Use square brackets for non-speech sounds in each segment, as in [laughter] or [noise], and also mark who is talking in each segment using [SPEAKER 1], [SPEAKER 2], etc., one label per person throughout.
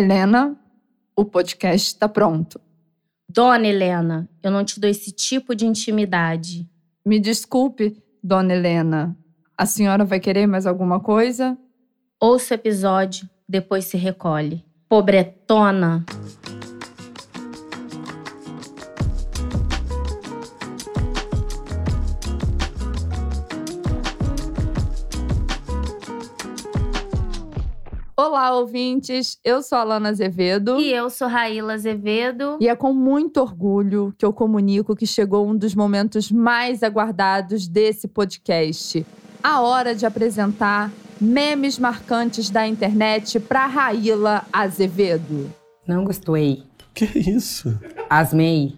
[SPEAKER 1] Helena, o podcast está pronto.
[SPEAKER 2] Dona Helena, eu não te dou esse tipo de intimidade.
[SPEAKER 1] Me desculpe, dona Helena. A senhora vai querer mais alguma coisa?
[SPEAKER 2] Ouça o episódio, depois se recolhe. Pobretona!
[SPEAKER 1] Olá, ouvintes. Eu sou a Alana Azevedo.
[SPEAKER 2] E eu sou Raíla Azevedo.
[SPEAKER 1] E é com muito orgulho que eu comunico que chegou um dos momentos mais aguardados desse podcast. A hora de apresentar memes marcantes da internet para Raíla Azevedo.
[SPEAKER 3] Não gostei.
[SPEAKER 4] Que isso?
[SPEAKER 3] Asmei.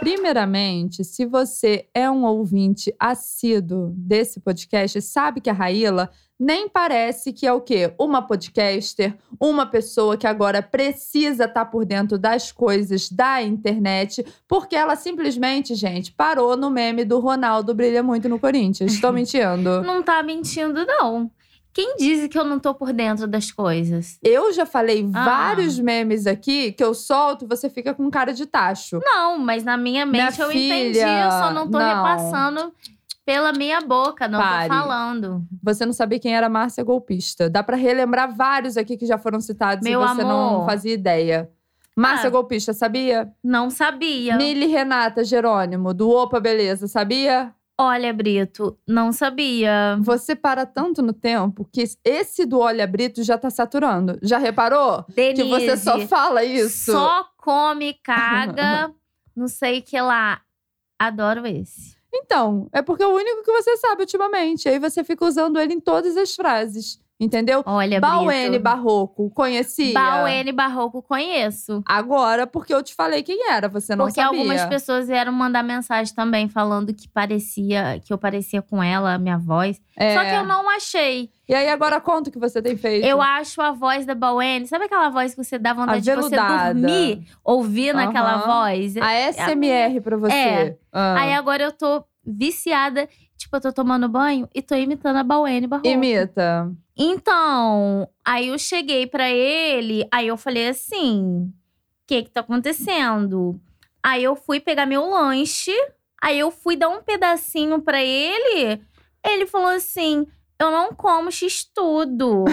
[SPEAKER 1] Primeiramente, se você é um ouvinte assíduo desse podcast, sabe que a Raíla nem parece que é o quê? Uma podcaster, uma pessoa que agora precisa estar por dentro das coisas da internet, porque ela simplesmente, gente, parou no meme do Ronaldo brilha muito no Corinthians. Estou
[SPEAKER 2] [laughs]
[SPEAKER 1] mentindo.
[SPEAKER 2] Não tá mentindo, não. Quem diz que eu não tô por dentro das coisas?
[SPEAKER 1] Eu já falei
[SPEAKER 2] Ah.
[SPEAKER 1] vários memes aqui que eu solto e você fica com cara de tacho.
[SPEAKER 2] Não, mas na minha mente
[SPEAKER 1] Minha
[SPEAKER 2] eu entendi,
[SPEAKER 1] filha,
[SPEAKER 2] eu só não tô
[SPEAKER 1] não.
[SPEAKER 2] repassando pela minha boca, não
[SPEAKER 1] Pare.
[SPEAKER 2] tô falando.
[SPEAKER 1] Você não sabia quem era Márcia Golpista. Dá pra relembrar vários aqui que já foram citados
[SPEAKER 2] Meu
[SPEAKER 1] e você não
[SPEAKER 2] amor.
[SPEAKER 1] fazia ideia. Márcia
[SPEAKER 2] Ah.
[SPEAKER 1] Golpista, sabia?
[SPEAKER 2] Não sabia.
[SPEAKER 1] Mili Renata Jerônimo, do Opa Beleza, sabia?
[SPEAKER 2] Olha, Brito, não sabia.
[SPEAKER 1] Você para tanto no tempo que esse do Olha Brito já tá saturando. Já reparou?
[SPEAKER 2] Denise,
[SPEAKER 1] Que você só fala isso.
[SPEAKER 2] só come,
[SPEAKER 1] [laughs]
[SPEAKER 2] caga, não sei o que lá. Adoro esse.
[SPEAKER 1] Então, é porque é o único que você sabe ultimamente. Aí você fica usando ele em todas as frases, entendeu?
[SPEAKER 2] Olha,
[SPEAKER 1] Bauene
[SPEAKER 2] Brito.
[SPEAKER 1] Barroco, conhecia?
[SPEAKER 2] É Bauene Barroco conheço.
[SPEAKER 1] Agora, porque eu te falei quem era, você não
[SPEAKER 2] Porque
[SPEAKER 1] sabia.
[SPEAKER 2] algumas pessoas vieram mandar mensagem também falando que parecia, que eu parecia com ela, a minha voz.
[SPEAKER 1] É.
[SPEAKER 2] Só que eu não achei.
[SPEAKER 1] E aí, agora conta o que você tem feito.
[SPEAKER 2] Eu acho a voz da Bowen, sabe aquela voz que você dá vontade de você
[SPEAKER 1] Aveludada.
[SPEAKER 2] dormir ouvindo
[SPEAKER 1] Aham.
[SPEAKER 2] aquela voz?
[SPEAKER 1] A SMR pra você.
[SPEAKER 2] É.
[SPEAKER 1] Ah.
[SPEAKER 2] Aí agora eu tô viciada, tipo, eu tô tomando banho e tô imitando a Bowen Barroco.
[SPEAKER 1] Imita. [laughs]
[SPEAKER 2] Então, aí eu cheguei pra ele, aí eu falei assim: o que que tá acontecendo? Aí eu fui pegar meu lanche, aí eu fui dar um pedacinho pra ele. Ele falou assim: eu não como x tudo.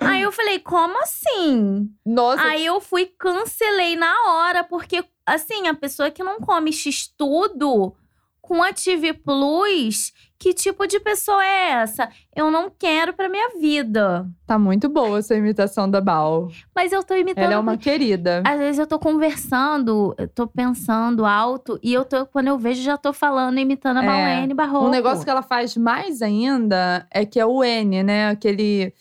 [SPEAKER 2] aí eu falei: como assim?
[SPEAKER 1] Nossa,
[SPEAKER 2] Aí eu fui cancelei na hora, porque assim, a pessoa que não come X tudo com a TV Plus, que tipo de pessoa é essa? Eu não quero pra minha vida.
[SPEAKER 1] tá muito boa essa imitação da Bal.
[SPEAKER 2] Mas eu tô imitando.
[SPEAKER 1] Ela é uma querida.
[SPEAKER 2] Às vezes eu tô conversando, eu tô pensando alto e eu tô quando eu vejo já tô falando imitando a
[SPEAKER 1] É.
[SPEAKER 2] Malene Barroco.
[SPEAKER 1] Um negócio que ela faz mais ainda é que é o N, né? Aquele.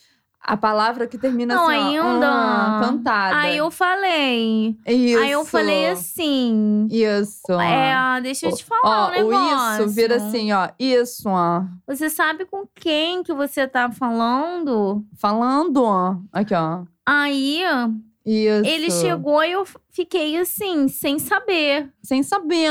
[SPEAKER 1] A palavra que termina
[SPEAKER 2] Não,
[SPEAKER 1] assim. ó,
[SPEAKER 2] ainda.
[SPEAKER 1] ah, cantada.
[SPEAKER 2] Aí eu falei.
[SPEAKER 1] Isso.
[SPEAKER 2] Aí eu falei assim.
[SPEAKER 1] Isso. ó.
[SPEAKER 2] É, deixa eu te falar
[SPEAKER 1] Ó,
[SPEAKER 2] um
[SPEAKER 1] o
[SPEAKER 2] negócio.
[SPEAKER 1] isso vira assim, ó. Isso, ó.
[SPEAKER 2] Você sabe com quem que você tá falando?
[SPEAKER 1] Falando, ó. Aqui, ó.
[SPEAKER 2] Aí
[SPEAKER 1] Isso.
[SPEAKER 2] ele chegou e eu f- fiquei assim, sem saber.
[SPEAKER 1] sem saber.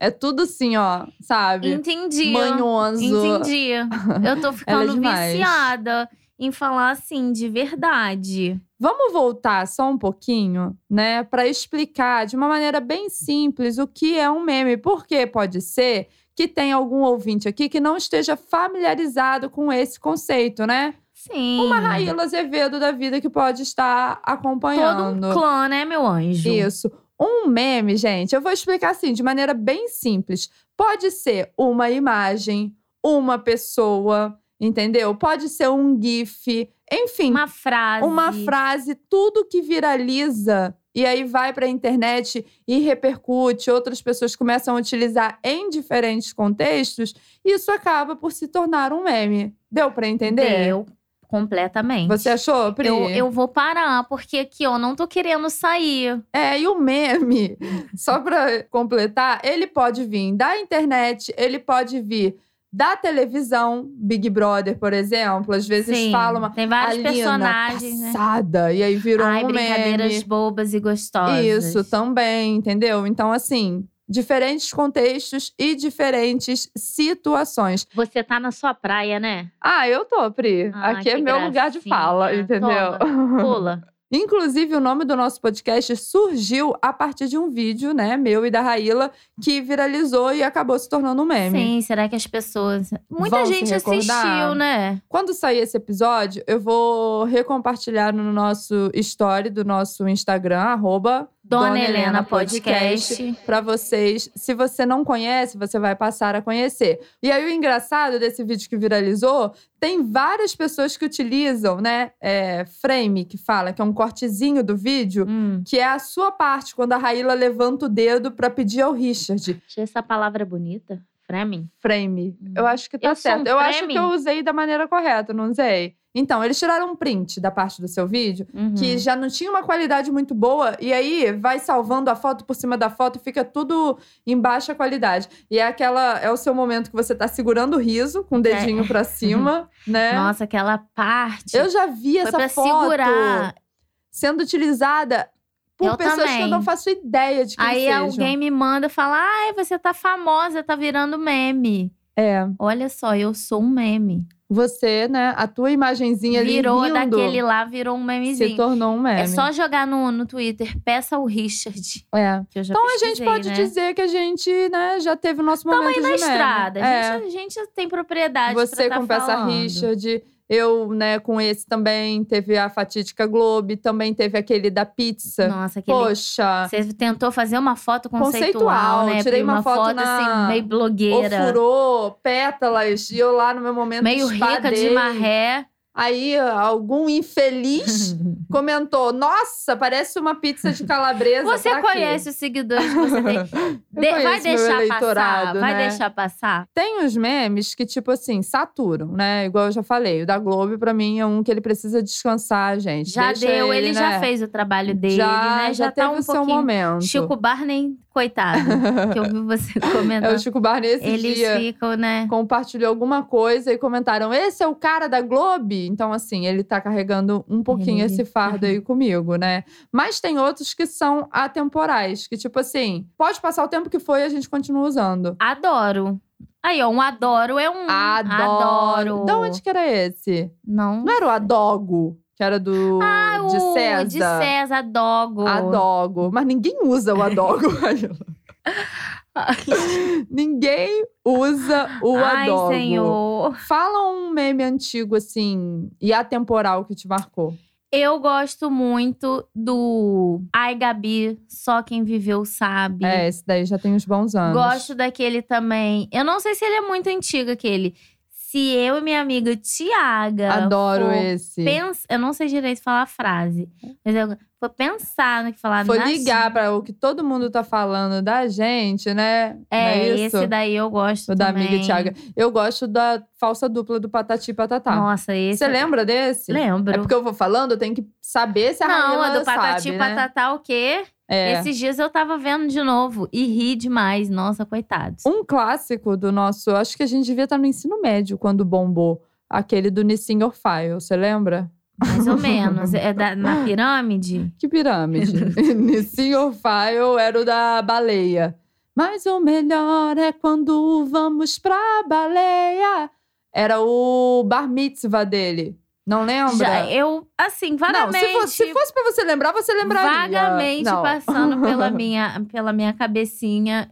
[SPEAKER 1] É tudo assim, ó, sabe?
[SPEAKER 2] Entendi.
[SPEAKER 1] Manhoso. é
[SPEAKER 2] Entendi.
[SPEAKER 1] [laughs]
[SPEAKER 2] Eu tô ficando
[SPEAKER 1] demais.
[SPEAKER 2] viciada em falar assim, de verdade.
[SPEAKER 1] Vamos voltar só um pouquinho, né, Pra explicar de uma maneira bem simples o que é um meme, porque pode ser que tenha algum ouvinte aqui que não esteja familiarizado com esse conceito, né?
[SPEAKER 2] Sim.
[SPEAKER 1] Uma Raíla Azevedo da vida que pode estar
[SPEAKER 2] Uhum. Todo
[SPEAKER 1] acompanhando.
[SPEAKER 2] um clã, né, meu anjo?
[SPEAKER 1] Isso. Um meme, gente, eu vou explicar assim, de maneira bem simples. Pode ser uma imagem, uma pessoa, entendeu? Pode ser um GIF, enfim,
[SPEAKER 2] Uma frase.
[SPEAKER 1] uma frase, tudo que viraliza e aí vai pra internet e repercute, outras pessoas começam a utilizar em diferentes contextos, isso acaba por se tornar um meme. Deu pra entender?
[SPEAKER 2] Deu completamente.
[SPEAKER 1] Você achou, Pri?
[SPEAKER 2] eu, eu vou parar, porque aqui, ó, não tô querendo sair.
[SPEAKER 1] É, e o meme,
[SPEAKER 2] [laughs]
[SPEAKER 1] só pra completar, ele pode vir da internet, ele pode vir da televisão, Big Brother, por exemplo, às vezes
[SPEAKER 2] Sim,
[SPEAKER 1] fala uma
[SPEAKER 2] tem vários
[SPEAKER 1] Alina,
[SPEAKER 2] personagens, né?
[SPEAKER 1] passada, e aí virou
[SPEAKER 2] Ai,
[SPEAKER 1] um
[SPEAKER 2] brincadeiras
[SPEAKER 1] meme.
[SPEAKER 2] bobas e gostosas.
[SPEAKER 1] Isso também, entendeu? Então assim, diferentes contextos e diferentes situações.
[SPEAKER 2] Você tá na sua praia, né?
[SPEAKER 1] Ah, eu tô, Pri.
[SPEAKER 2] Ah,
[SPEAKER 1] Aqui é
[SPEAKER 2] que
[SPEAKER 1] meu lugar de
[SPEAKER 2] gracinha.
[SPEAKER 1] fala, entendeu?
[SPEAKER 2] Pula.
[SPEAKER 1] Inclusive, o nome do nosso podcast surgiu a partir de um vídeo, né, meu e da Raíla, que viralizou e acabou se tornando um [laughs] meme.
[SPEAKER 2] Sim, será que as pessoas. Muita
[SPEAKER 1] Vão se
[SPEAKER 2] gente
[SPEAKER 1] recordar?
[SPEAKER 2] assistiu, né?
[SPEAKER 1] Quando sair esse episódio, eu vou recompartilhar no nosso story do nosso Instagram, arroba
[SPEAKER 2] Dona,
[SPEAKER 1] Dona
[SPEAKER 2] Helena,
[SPEAKER 1] Helena
[SPEAKER 2] Podcast.
[SPEAKER 1] pra vocês. Se você não conhece, você vai passar a conhecer. E aí, o engraçado desse vídeo que viralizou, tem várias pessoas que utilizam, né, é, frame, que fala, que é um cortezinho do vídeo,
[SPEAKER 2] Hum,
[SPEAKER 1] que é a sua parte, quando a Raíla levanta o dedo pra pedir ao Richard.
[SPEAKER 2] achei essa palavra bonita. Framing.
[SPEAKER 1] Frame. Eu acho que tá
[SPEAKER 2] Eu sou um
[SPEAKER 1] certo. eu acho
[SPEAKER 2] frame?
[SPEAKER 1] que eu usei da maneira correta, não usei? Então, eles tiraram um print da parte do seu vídeo,
[SPEAKER 2] Uhum.
[SPEAKER 1] que já não tinha uma qualidade muito boa, e aí vai salvando a foto por cima da foto, fica tudo em baixa qualidade. E é aquela é o seu momento que você tá segurando o riso,
[SPEAKER 2] É.
[SPEAKER 1] com o dedinho pra [laughs] cima, né?
[SPEAKER 2] Nossa, aquela parte.
[SPEAKER 1] Eu já vi
[SPEAKER 2] foi
[SPEAKER 1] essa
[SPEAKER 2] pra
[SPEAKER 1] foto
[SPEAKER 2] segurar.
[SPEAKER 1] sendo utilizada por
[SPEAKER 2] Eu
[SPEAKER 1] pessoas que eu
[SPEAKER 2] também.
[SPEAKER 1] não faço ideia de quem
[SPEAKER 2] Aí
[SPEAKER 1] sejam.
[SPEAKER 2] alguém me manda falar: ai, você tá famosa, tá virando meme.
[SPEAKER 1] É,
[SPEAKER 2] Olha só, eu sou um meme.
[SPEAKER 1] você, né, a tua imagenzinha ali
[SPEAKER 2] virou
[SPEAKER 1] rindo,
[SPEAKER 2] daquele lá, virou um
[SPEAKER 1] se
[SPEAKER 2] memezinho.
[SPEAKER 1] tornou um meme.
[SPEAKER 2] É só jogar no, no Twitter, peça ao Richard.
[SPEAKER 1] É.
[SPEAKER 2] Que eu já
[SPEAKER 1] Então a gente
[SPEAKER 2] pesquisei,
[SPEAKER 1] pode
[SPEAKER 2] né?
[SPEAKER 1] dizer que a gente, né, já teve o nosso
[SPEAKER 2] Tamo
[SPEAKER 1] momento
[SPEAKER 2] aí na
[SPEAKER 1] de meme.
[SPEAKER 2] estrada.
[SPEAKER 1] É.
[SPEAKER 2] A, gente, a gente tem propriedade
[SPEAKER 1] Você
[SPEAKER 2] pra tá
[SPEAKER 1] com peça
[SPEAKER 2] falando.
[SPEAKER 1] Richard, eu, né, com esse também teve a fatídica Globe, também teve aquele da pizza.
[SPEAKER 2] Nossa, aquele
[SPEAKER 1] Poxa,
[SPEAKER 2] Você tentou fazer uma foto conceitual,
[SPEAKER 1] Conceitual,
[SPEAKER 2] né?
[SPEAKER 1] tirei
[SPEAKER 2] Pri?
[SPEAKER 1] uma foto
[SPEAKER 2] foto
[SPEAKER 1] na-
[SPEAKER 2] assim, meio blogueira.
[SPEAKER 1] ofurô, pétalas, e eu lá no meu momento
[SPEAKER 2] Meio
[SPEAKER 1] spa
[SPEAKER 2] rica de
[SPEAKER 1] day.
[SPEAKER 2] marré.
[SPEAKER 1] Aí algum
[SPEAKER 2] [laughs]
[SPEAKER 1] infeliz comentou: "Nossa, parece uma pizza de calabresa".
[SPEAKER 2] Você
[SPEAKER 1] pra quê?"
[SPEAKER 2] conhece os seguidores que você tem.
[SPEAKER 1] [laughs] Eu
[SPEAKER 2] De- vai
[SPEAKER 1] conheço meu
[SPEAKER 2] deixar passar.
[SPEAKER 1] eleitorado,
[SPEAKER 2] Vai
[SPEAKER 1] né?
[SPEAKER 2] deixar passar.
[SPEAKER 1] Tem os memes que, tipo assim, saturam, né? Igual eu já falei, o da Globo, pra mim, é um que ele precisa descansar, gente.
[SPEAKER 2] Já
[SPEAKER 1] Deixa
[SPEAKER 2] deu, ele,
[SPEAKER 1] ele
[SPEAKER 2] já
[SPEAKER 1] né?
[SPEAKER 2] fez o trabalho dele,
[SPEAKER 1] já,
[SPEAKER 2] né?
[SPEAKER 1] Já,
[SPEAKER 2] tá
[SPEAKER 1] teve
[SPEAKER 2] um
[SPEAKER 1] o seu
[SPEAKER 2] pouquinho.
[SPEAKER 1] momento. [laughs]
[SPEAKER 2] Chico Barney, coitado. [laughs] que eu vi você comentando.
[SPEAKER 1] É, o Chico Barney esse
[SPEAKER 2] Eles
[SPEAKER 1] dia
[SPEAKER 2] ficam, né?
[SPEAKER 1] compartilhou alguma coisa e comentaram: esse é o cara da Globo? Então, assim, ele tá carregando um pouquinho
[SPEAKER 2] Ele.
[SPEAKER 1] esse fardo aí comigo, né? Mas tem outros que são atemporais, que, tipo assim, pode passar o tempo que foi e a gente continua usando.
[SPEAKER 2] Adoro. Aí, ó, um adoro é um.
[SPEAKER 1] Adoro.
[SPEAKER 2] Adoro.
[SPEAKER 1] De onde que era esse?
[SPEAKER 2] Não.
[SPEAKER 1] Não era o Adogo, que era do
[SPEAKER 2] Ah,
[SPEAKER 1] de
[SPEAKER 2] o
[SPEAKER 1] César.
[SPEAKER 2] De César, adogo.
[SPEAKER 1] Adogo. Mas ninguém usa o
[SPEAKER 2] [laughs]
[SPEAKER 1] adogo. ninguém usa o
[SPEAKER 2] Ai,
[SPEAKER 1] adogo.
[SPEAKER 2] senhor.
[SPEAKER 1] Fala um meme antigo, assim, e atemporal que te marcou.
[SPEAKER 2] Eu gosto muito do Ai, Gabi, só quem viveu sabe.
[SPEAKER 1] É, esse daí já tem uns bons anos.
[SPEAKER 2] Gosto daquele também. Eu não sei se ele é muito antigo, aquele. Se eu e minha amiga Tiaga.
[SPEAKER 1] Adoro
[SPEAKER 2] for
[SPEAKER 1] esse.
[SPEAKER 2] pens- Eu não sei direito falar a frase. Mas eu vou pensar no que falar.
[SPEAKER 1] Foi
[SPEAKER 2] na-
[SPEAKER 1] ligar para o que todo mundo tá falando da gente, né? Não
[SPEAKER 2] É,
[SPEAKER 1] isso?
[SPEAKER 2] esse daí eu gosto
[SPEAKER 1] O da
[SPEAKER 2] também.
[SPEAKER 1] amiga Tiaga. Eu gosto da falsa dupla do Patati e Patatá.
[SPEAKER 2] Nossa, esse… é
[SPEAKER 1] Você lembra desse?
[SPEAKER 2] Lembro.
[SPEAKER 1] É porque eu vou falando, eu tenho que saber se a
[SPEAKER 2] não,
[SPEAKER 1] Raíla
[SPEAKER 2] a do Patati
[SPEAKER 1] sabe, né?
[SPEAKER 2] e Patatá o quê?
[SPEAKER 1] É.
[SPEAKER 2] Esses dias eu tava vendo de novo e ri demais. Nossa, coitados.
[SPEAKER 1] Um clássico do nosso, acho que a gente devia estar no ensino médio quando bombou, aquele do Nissin Orfile, você lembra?
[SPEAKER 2] Mais ou menos. É da- na pirâmide?
[SPEAKER 1] Que
[SPEAKER 2] [laughs]
[SPEAKER 1] pirâmide. [laughs] Nissin Orfile era o da baleia. Mas o melhor é quando vamos pra baleia. Era o bar mitzvah dele. Não lembra?
[SPEAKER 2] Já, eu, assim,
[SPEAKER 1] Não,
[SPEAKER 2] vagamente.
[SPEAKER 1] se, fosse, se fosse pra você lembrar, você lembraria.
[SPEAKER 2] vagamente
[SPEAKER 1] Não. [laughs]
[SPEAKER 2] passando pela minha, pela minha cabecinha.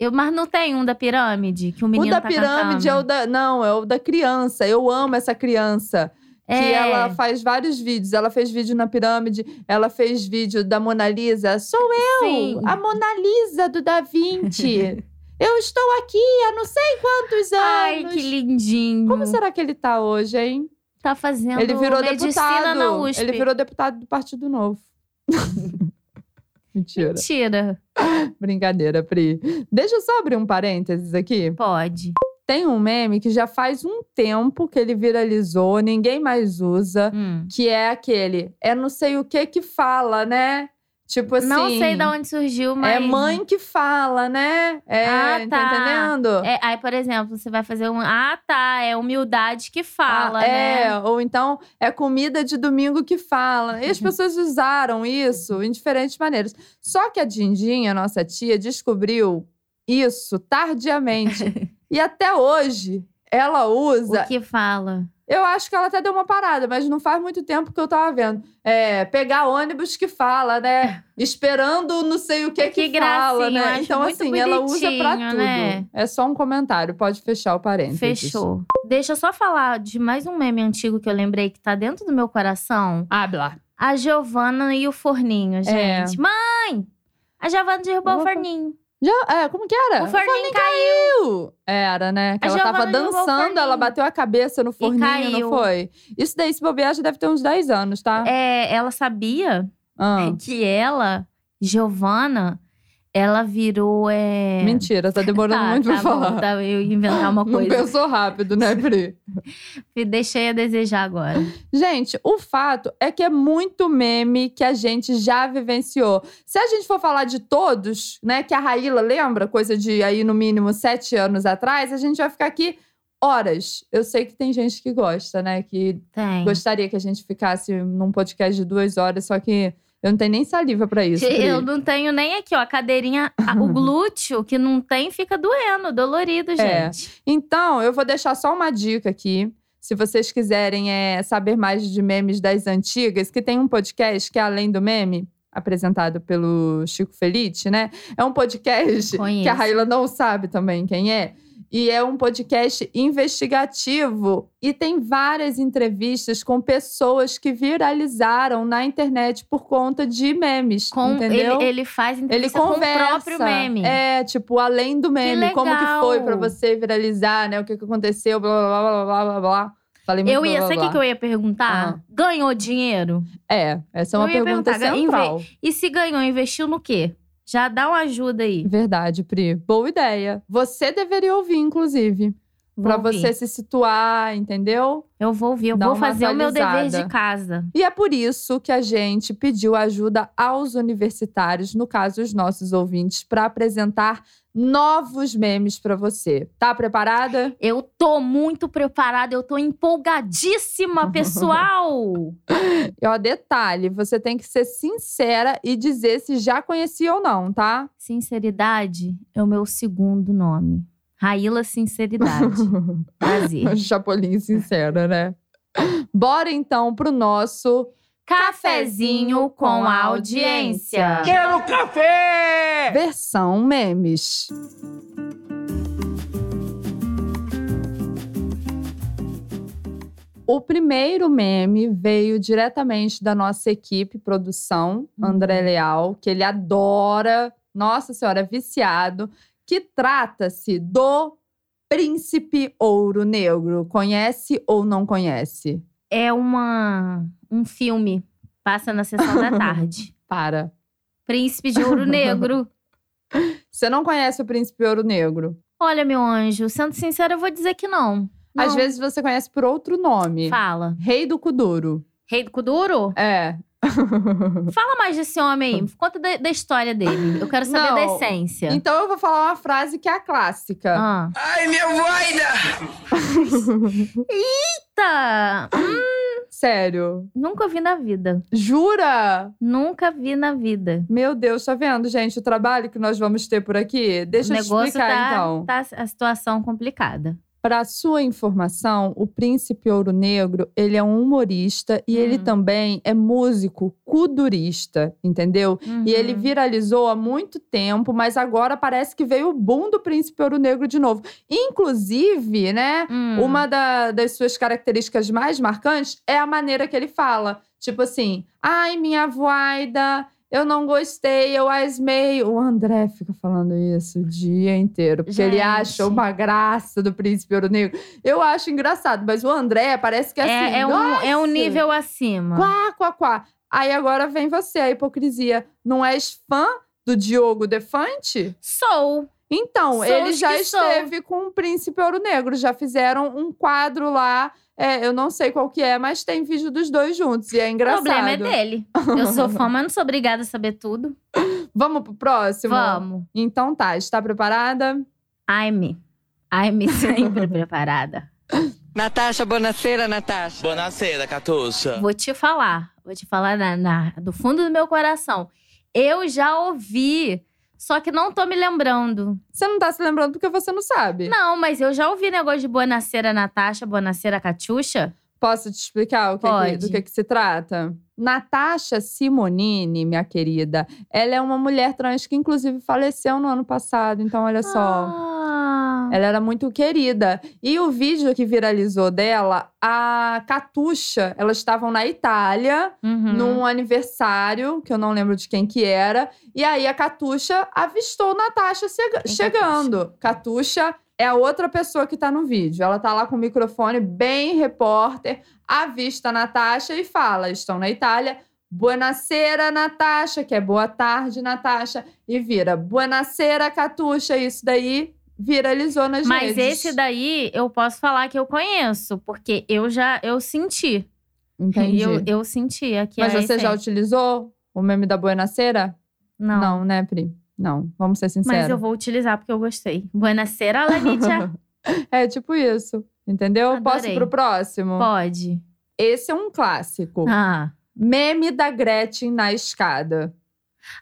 [SPEAKER 2] Eu, mas não tem um da pirâmide que o
[SPEAKER 1] O
[SPEAKER 2] menino
[SPEAKER 1] da
[SPEAKER 2] tá
[SPEAKER 1] pirâmide é o da.
[SPEAKER 2] cantando?
[SPEAKER 1] Não, é o da criança. Eu amo essa criança.
[SPEAKER 2] É.
[SPEAKER 1] Que ela faz vários vídeos. Ela fez vídeo na pirâmide, ela fez vídeo da Mona Lisa. Sou eu,
[SPEAKER 2] Sim.
[SPEAKER 1] a Mona Lisa do Da
[SPEAKER 2] [laughs]
[SPEAKER 1] Vinci. eu estou aqui há não sei quantos anos.
[SPEAKER 2] Ai, que lindinho.
[SPEAKER 1] Como será que ele tá hoje, hein?
[SPEAKER 2] Tá fazendo
[SPEAKER 1] ele virou
[SPEAKER 2] medicina
[SPEAKER 1] deputado.
[SPEAKER 2] na USP.
[SPEAKER 1] Ele virou deputado do Partido
[SPEAKER 2] [laughs]
[SPEAKER 1] Novo. Mentira.
[SPEAKER 2] Mentira.
[SPEAKER 1] Brincadeira, Pri. Deixa eu só abrir um parênteses aqui.
[SPEAKER 2] Pode.
[SPEAKER 1] Tem um meme que já faz um tempo que ele viralizou, ninguém mais usa.
[SPEAKER 2] Hum.
[SPEAKER 1] que é aquele é não sei o que que fala, né? Tipo assim.
[SPEAKER 2] não sei de onde surgiu, mas.
[SPEAKER 1] É mãe que fala, né? É,
[SPEAKER 2] Ah, tá.
[SPEAKER 1] tá entendendo?
[SPEAKER 2] É, aí, por exemplo, você vai fazer um. Ah, tá. É humildade que fala,
[SPEAKER 1] Ah, é,
[SPEAKER 2] né?
[SPEAKER 1] ou então é comida de domingo que fala.
[SPEAKER 2] [laughs]
[SPEAKER 1] E as pessoas usaram isso em diferentes maneiras. Só que a Dindinha, nossa tia, descobriu isso
[SPEAKER 2] [laughs]
[SPEAKER 1] tardiamente. e até hoje ela usa.
[SPEAKER 2] O que fala?
[SPEAKER 1] Eu acho que ela até deu uma parada, mas não faz muito tempo que eu tava vendo. É, pegar ônibus que fala, né? Esperando não sei o que que,
[SPEAKER 2] É. Que
[SPEAKER 1] fala,
[SPEAKER 2] gracinha, eu
[SPEAKER 1] né?
[SPEAKER 2] acho
[SPEAKER 1] Então,
[SPEAKER 2] muito
[SPEAKER 1] assim, ela usa pra
[SPEAKER 2] bonitinho,
[SPEAKER 1] tudo.
[SPEAKER 2] né?
[SPEAKER 1] É só um comentário, pode fechar o parênteses.
[SPEAKER 2] Fechou. Deixa eu só falar de mais um meme antigo que eu lembrei que tá dentro do meu coração.
[SPEAKER 1] Habla.
[SPEAKER 2] A Giovana e o forninho,
[SPEAKER 1] É.
[SPEAKER 2] gente. Mãe! A Giovana derrubou
[SPEAKER 1] Opa.
[SPEAKER 2] o forninho.
[SPEAKER 1] Já, é, como que era?
[SPEAKER 2] O forninho caiu.
[SPEAKER 1] Caiu! Era, né? Que
[SPEAKER 2] A
[SPEAKER 1] ela tava
[SPEAKER 2] Giovana derrubou o
[SPEAKER 1] dançando, ela
[SPEAKER 2] forninho.
[SPEAKER 1] bateu a cabeça no forninho, não
[SPEAKER 2] caiu.
[SPEAKER 1] foi? Isso daí, se bobear, já deve ter uns 10 anos, tá?
[SPEAKER 2] É, ela sabia
[SPEAKER 1] Ah,
[SPEAKER 2] que ela, Giovana, ela virou. É...
[SPEAKER 1] Mentira, tá demorando
[SPEAKER 2] Tá,
[SPEAKER 1] muito
[SPEAKER 2] tá
[SPEAKER 1] pra falar.
[SPEAKER 2] bom, tá, eu ia inventar uma
[SPEAKER 1] [laughs] Não
[SPEAKER 2] coisa.
[SPEAKER 1] pensou rápido, né, Pri?
[SPEAKER 2] Me Deixei a desejar agora.
[SPEAKER 1] Gente, o fato é que é muito meme que a gente já vivenciou. Se a gente for falar de todos, né, que a Raíla lembra, coisa de aí no mínimo sete anos atrás, a gente vai ficar aqui horas. Eu sei que tem gente que gosta, né, que
[SPEAKER 2] Tem.
[SPEAKER 1] gostaria que a gente ficasse num podcast de duas horas, só que eu não tenho nem saliva pra isso. Pri.
[SPEAKER 2] [laughs] Eu não tenho nem aqui, ó, a cadeirinha, a-
[SPEAKER 1] [laughs]
[SPEAKER 2] o glúteo que não tem fica doendo, dolorido,
[SPEAKER 1] É.
[SPEAKER 2] gente.
[SPEAKER 1] Então, eu vou deixar só uma dica aqui. Se vocês quiserem é, saber mais de memes das antigas, que tem um podcast que é Além do Meme, apresentado pelo Chico Felice, né? É um podcast
[SPEAKER 2] Conheço.
[SPEAKER 1] que a Raíla não sabe também quem é. E é um podcast investigativo e tem várias entrevistas com pessoas que viralizaram na internet por conta de memes,
[SPEAKER 2] Com,
[SPEAKER 1] entendeu?
[SPEAKER 2] ele, ele faz
[SPEAKER 1] Ele
[SPEAKER 2] entrevista
[SPEAKER 1] conversa.
[SPEAKER 2] é com o próprio meme.
[SPEAKER 1] É, tipo, além do meme.
[SPEAKER 2] Que
[SPEAKER 1] como que
[SPEAKER 2] legal.
[SPEAKER 1] foi pra você viralizar, né? O que, que aconteceu, blá, blá, blá, blá, blá, blá, blá. Falei muito
[SPEAKER 2] Eu
[SPEAKER 1] blá,
[SPEAKER 2] ia,
[SPEAKER 1] blá,
[SPEAKER 2] sabe o que que eu ia perguntar?
[SPEAKER 1] Ah.
[SPEAKER 2] Ganhou dinheiro?
[SPEAKER 1] É, essa é
[SPEAKER 2] Eu
[SPEAKER 1] uma
[SPEAKER 2] ia
[SPEAKER 1] pergunta
[SPEAKER 2] perguntar, ganha-
[SPEAKER 1] central.
[SPEAKER 2] E se ganhou, investiu no quê? Já dá uma ajuda aí.
[SPEAKER 1] Verdade, Pri. Boa ideia. Você deveria ouvir, inclusive. Pra
[SPEAKER 2] Vou ouvir.
[SPEAKER 1] você se situar, entendeu?
[SPEAKER 2] Eu vou ouvir, eu
[SPEAKER 1] Dá
[SPEAKER 2] vou
[SPEAKER 1] uma
[SPEAKER 2] fazer o meu dever
[SPEAKER 1] atualizada.
[SPEAKER 2] de casa.
[SPEAKER 1] E é por isso que a gente pediu ajuda aos universitários, no caso, os nossos ouvintes, pra apresentar novos memes pra você. Tá preparada?
[SPEAKER 2] Eu tô muito preparada, eu
[SPEAKER 1] [laughs]
[SPEAKER 2] tô empolgadíssima, pessoal!
[SPEAKER 1] E ó, detalhe, você tem que ser sincera e dizer se já conhecia ou não, tá? [laughs]
[SPEAKER 2] Sinceridade é o meu segundo nome.
[SPEAKER 1] [laughs]
[SPEAKER 2] Raíla Sinceridade. Prazer.
[SPEAKER 1] Chapolin sincera, né? Bora então pro nosso.
[SPEAKER 2] Cafezinho com a audiência.
[SPEAKER 4] Quero
[SPEAKER 2] É.
[SPEAKER 4] café!
[SPEAKER 1] Versão memes. O primeiro meme veio diretamente da nossa equipe, produção,
[SPEAKER 2] Uhum.
[SPEAKER 1] André Leal, que ele adora, nossa senhora, é viciado, que trata-se do Príncipe Ouro Negro. Conhece ou não conhece?
[SPEAKER 2] É uma um filme passa na sessão
[SPEAKER 1] [laughs]
[SPEAKER 2] da tarde.
[SPEAKER 1] Para.
[SPEAKER 2] Príncipe de Ouro Negro.
[SPEAKER 1] Você não conhece o Príncipe Ouro Negro?
[SPEAKER 2] Olha, meu anjo, sendo sincera, eu vou dizer que não. não.
[SPEAKER 1] Às vezes você conhece por outro nome.
[SPEAKER 2] Fala.
[SPEAKER 1] Rei do Kuduro.
[SPEAKER 2] Rei do
[SPEAKER 1] [laughs]
[SPEAKER 2] Kuduro?
[SPEAKER 1] É.
[SPEAKER 2] Fala mais desse homem aí. Conta da, da história dele. Eu quero saber da
[SPEAKER 1] Não.
[SPEAKER 2] essência.
[SPEAKER 1] então eu vou falar uma frase que é a clássica.
[SPEAKER 2] Ah.
[SPEAKER 4] Ai, meu voida!
[SPEAKER 2] Tá.
[SPEAKER 1] Sério.
[SPEAKER 2] Nunca vi na vida.
[SPEAKER 1] Jura?
[SPEAKER 2] Nunca vi na vida.
[SPEAKER 1] Meu Deus, tá vendo, gente, o trabalho que nós vamos ter por aqui? Deixa
[SPEAKER 2] o
[SPEAKER 1] eu te
[SPEAKER 2] negócio
[SPEAKER 1] explicar,
[SPEAKER 2] tá,
[SPEAKER 1] então.
[SPEAKER 2] tá a situação complicada.
[SPEAKER 1] Para sua informação, o Príncipe Ouro Negro, ele é um humorista e
[SPEAKER 2] Hum.
[SPEAKER 1] ele também é músico kudurista, entendeu? E ele
[SPEAKER 2] Uhum.
[SPEAKER 1] viralizou há muito tempo, mas agora parece que veio o boom do Príncipe Ouro Negro de novo. Inclusive, né,
[SPEAKER 2] Hum.
[SPEAKER 1] uma da- das suas características mais marcantes é a maneira que ele fala. Tipo assim, ai, minha voida, eu não gostei, eu asmei. O André fica falando isso o dia inteiro, porque ele
[SPEAKER 2] Gente.
[SPEAKER 1] acha uma graça do Príncipe Ouro Negro. Eu acho engraçado, mas o André parece que é, assim.
[SPEAKER 2] é, é um, é um
[SPEAKER 1] nossa.
[SPEAKER 2] nível acima.
[SPEAKER 1] Quá, quá, quá. Aí agora vem você, a hipocrisia. Não és fã do Diogo Defante?
[SPEAKER 2] Sou.
[SPEAKER 1] Então,
[SPEAKER 2] Sou
[SPEAKER 1] ele
[SPEAKER 2] os
[SPEAKER 1] já
[SPEAKER 2] que sou.
[SPEAKER 1] esteve com o Príncipe Ouro Negro. Já fizeram um quadro lá. É, eu não sei qual que é, mas tem vídeo dos dois juntos. E é
[SPEAKER 2] O
[SPEAKER 1] engraçado.
[SPEAKER 2] problema é dele. Eu sou fã, mas não sou obrigada a saber
[SPEAKER 1] [laughs]
[SPEAKER 2] tudo.
[SPEAKER 1] Vamos pro próximo?
[SPEAKER 2] Vamos.
[SPEAKER 1] Então tá, está preparada?
[SPEAKER 2] I'm. I'm [laughs]
[SPEAKER 1] [laughs]
[SPEAKER 2] sempre preparada.
[SPEAKER 3] Natasha, bonaceira, Natasha.
[SPEAKER 4] Bonaceira, Catuça.
[SPEAKER 2] Vou te falar. Vou te falar na- na- do fundo do meu coração. Eu já ouvi Só que não tô me lembrando.
[SPEAKER 1] Você não tá se lembrando porque você não sabe.
[SPEAKER 2] Não, mas eu já ouvi negócio de Bonaceira Natasha, Bonaceira Catiuxa.
[SPEAKER 1] Posso te explicar o que é que-
[SPEAKER 2] Pode.
[SPEAKER 1] do que, que se trata? Natasha Simonini, minha querida, ela é uma mulher trans que, inclusive, faleceu no ano passado. Então, olha só. É,
[SPEAKER 2] Ah.
[SPEAKER 1] Ela era muito querida. E o vídeo que viralizou dela, a Catuxa, elas estavam na Itália,
[SPEAKER 2] Uhum.
[SPEAKER 1] num aniversário, que eu não lembro de quem que era. E aí a Catuxa avistou Natasha chega-
[SPEAKER 2] Quem é
[SPEAKER 1] chegando. Catuxa é a outra pessoa que tá no vídeo. Ela tá lá com o microfone bem repórter, avista a Natasha e fala: "Estão na Itália. Buenasera, Natasha, que é boa tarde, Natasha." E vira: "Buenasera, Catuxa." Isso daí viralizou nas
[SPEAKER 2] Mas
[SPEAKER 1] redes.
[SPEAKER 2] esse daí eu posso falar que eu conheço, porque eu já eu senti.
[SPEAKER 1] Entendi.
[SPEAKER 2] Eu, é eu senti aqui.
[SPEAKER 1] Mas
[SPEAKER 2] a
[SPEAKER 1] você já
[SPEAKER 2] essência.
[SPEAKER 1] utilizou o meme da Buenasera?
[SPEAKER 2] Não.
[SPEAKER 1] Não, né, Pri? Não, vamos ser sinceros.
[SPEAKER 2] Mas eu vou utilizar porque eu gostei. Buenasera,
[SPEAKER 1] [laughs]
[SPEAKER 2] Lanitia.
[SPEAKER 1] É tipo isso. Entendeu? Posso ir
[SPEAKER 2] Adorei.
[SPEAKER 1] pro próximo?
[SPEAKER 2] Pode.
[SPEAKER 1] Esse é um clássico.
[SPEAKER 2] Ah.
[SPEAKER 1] Meme da Gretchen na escada.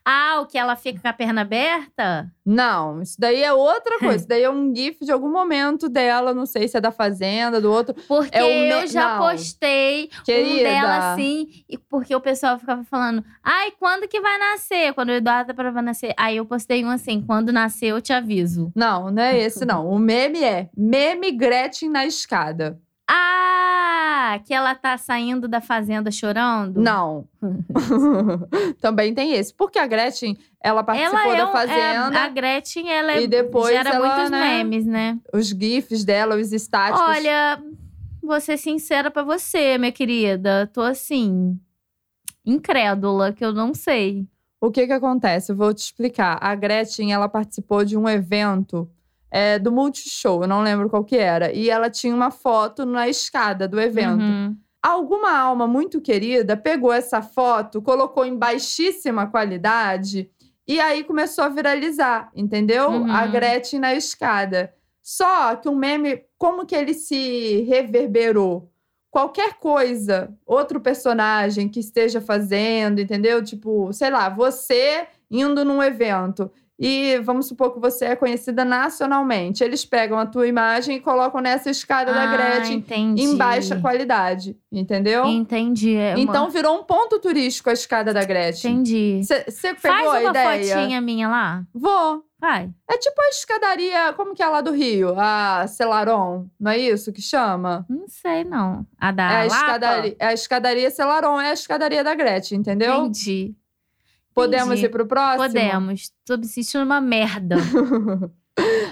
[SPEAKER 2] ah, o que ela fica com a perna aberta?
[SPEAKER 1] Não, isso daí é
[SPEAKER 2] [laughs]
[SPEAKER 1] outra coisa. isso daí é um gif de algum momento dela, não sei se é da Fazenda, do outro.
[SPEAKER 2] Porque
[SPEAKER 1] É o me-
[SPEAKER 2] eu já
[SPEAKER 1] não.
[SPEAKER 2] postei um
[SPEAKER 1] Querida.
[SPEAKER 2] dela assim, e porque o pessoal ficava falando: ai, quando que vai nascer? Quando o Eduardo tá pra vai nascer. Aí eu postei um assim: quando nascer eu te aviso.
[SPEAKER 1] Não, não é esse, não. O meme é meme Gretchen na escada.
[SPEAKER 2] Ah, que ela tá saindo da fazenda chorando? [laughs]
[SPEAKER 1] Não. [laughs] Também tem esse. Porque a Gretchen, ela participou
[SPEAKER 2] Ela é,
[SPEAKER 1] da
[SPEAKER 2] um- é-
[SPEAKER 1] Fazenda.
[SPEAKER 2] a Gretchen, ela é,
[SPEAKER 1] E depois
[SPEAKER 2] gera
[SPEAKER 1] ela,
[SPEAKER 2] muitos
[SPEAKER 1] né,
[SPEAKER 2] memes, né?
[SPEAKER 1] Os gifs dela, os estáticos.
[SPEAKER 2] Olha, vou ser sincera pra você, minha querida. Tô assim, incrédula, que eu não sei.
[SPEAKER 1] O que que acontece? Eu vou te explicar. A Gretchen, ela participou de um evento é, do Multishow, eu não lembro qual que era. E ela tinha uma foto na escada do evento.
[SPEAKER 2] Uhum.
[SPEAKER 1] Alguma alma muito querida pegou essa foto, colocou em baixíssima qualidade e aí começou a viralizar, entendeu?
[SPEAKER 2] Uhum.
[SPEAKER 1] A Gretchen na escada. Só que o meme, como que ele se reverberou? Qualquer coisa, outro personagem que esteja fazendo, entendeu? Tipo, sei lá, você indo num evento e vamos supor que você é conhecida nacionalmente. Eles pegam a tua imagem e colocam nessa escada da
[SPEAKER 2] Ah,
[SPEAKER 1] é Gretchen
[SPEAKER 2] entendi.
[SPEAKER 1] em baixa qualidade, entendeu?
[SPEAKER 2] Entendi. é uma-
[SPEAKER 1] Então virou um ponto turístico a escada da Gretchen.
[SPEAKER 2] entendi.
[SPEAKER 1] Você pegou
[SPEAKER 2] Faz
[SPEAKER 1] a
[SPEAKER 2] uma
[SPEAKER 1] ideia?
[SPEAKER 2] fotinha minha lá.
[SPEAKER 1] Vou.
[SPEAKER 2] Vai.
[SPEAKER 1] É tipo a escadaria, como que é lá do Rio? A Celaron, não é isso que chama?
[SPEAKER 2] Não sei, não. A da
[SPEAKER 1] é, a
[SPEAKER 2] Lapa?
[SPEAKER 1] escadaria, é a escadaria Celaron, é a escadaria da Gretchen, entendeu?
[SPEAKER 2] Entendi.
[SPEAKER 1] Podemos
[SPEAKER 2] entendi.
[SPEAKER 1] ir pro próximo?
[SPEAKER 2] Podemos. Tô me sentindo
[SPEAKER 1] [laughs]
[SPEAKER 2] uma merda.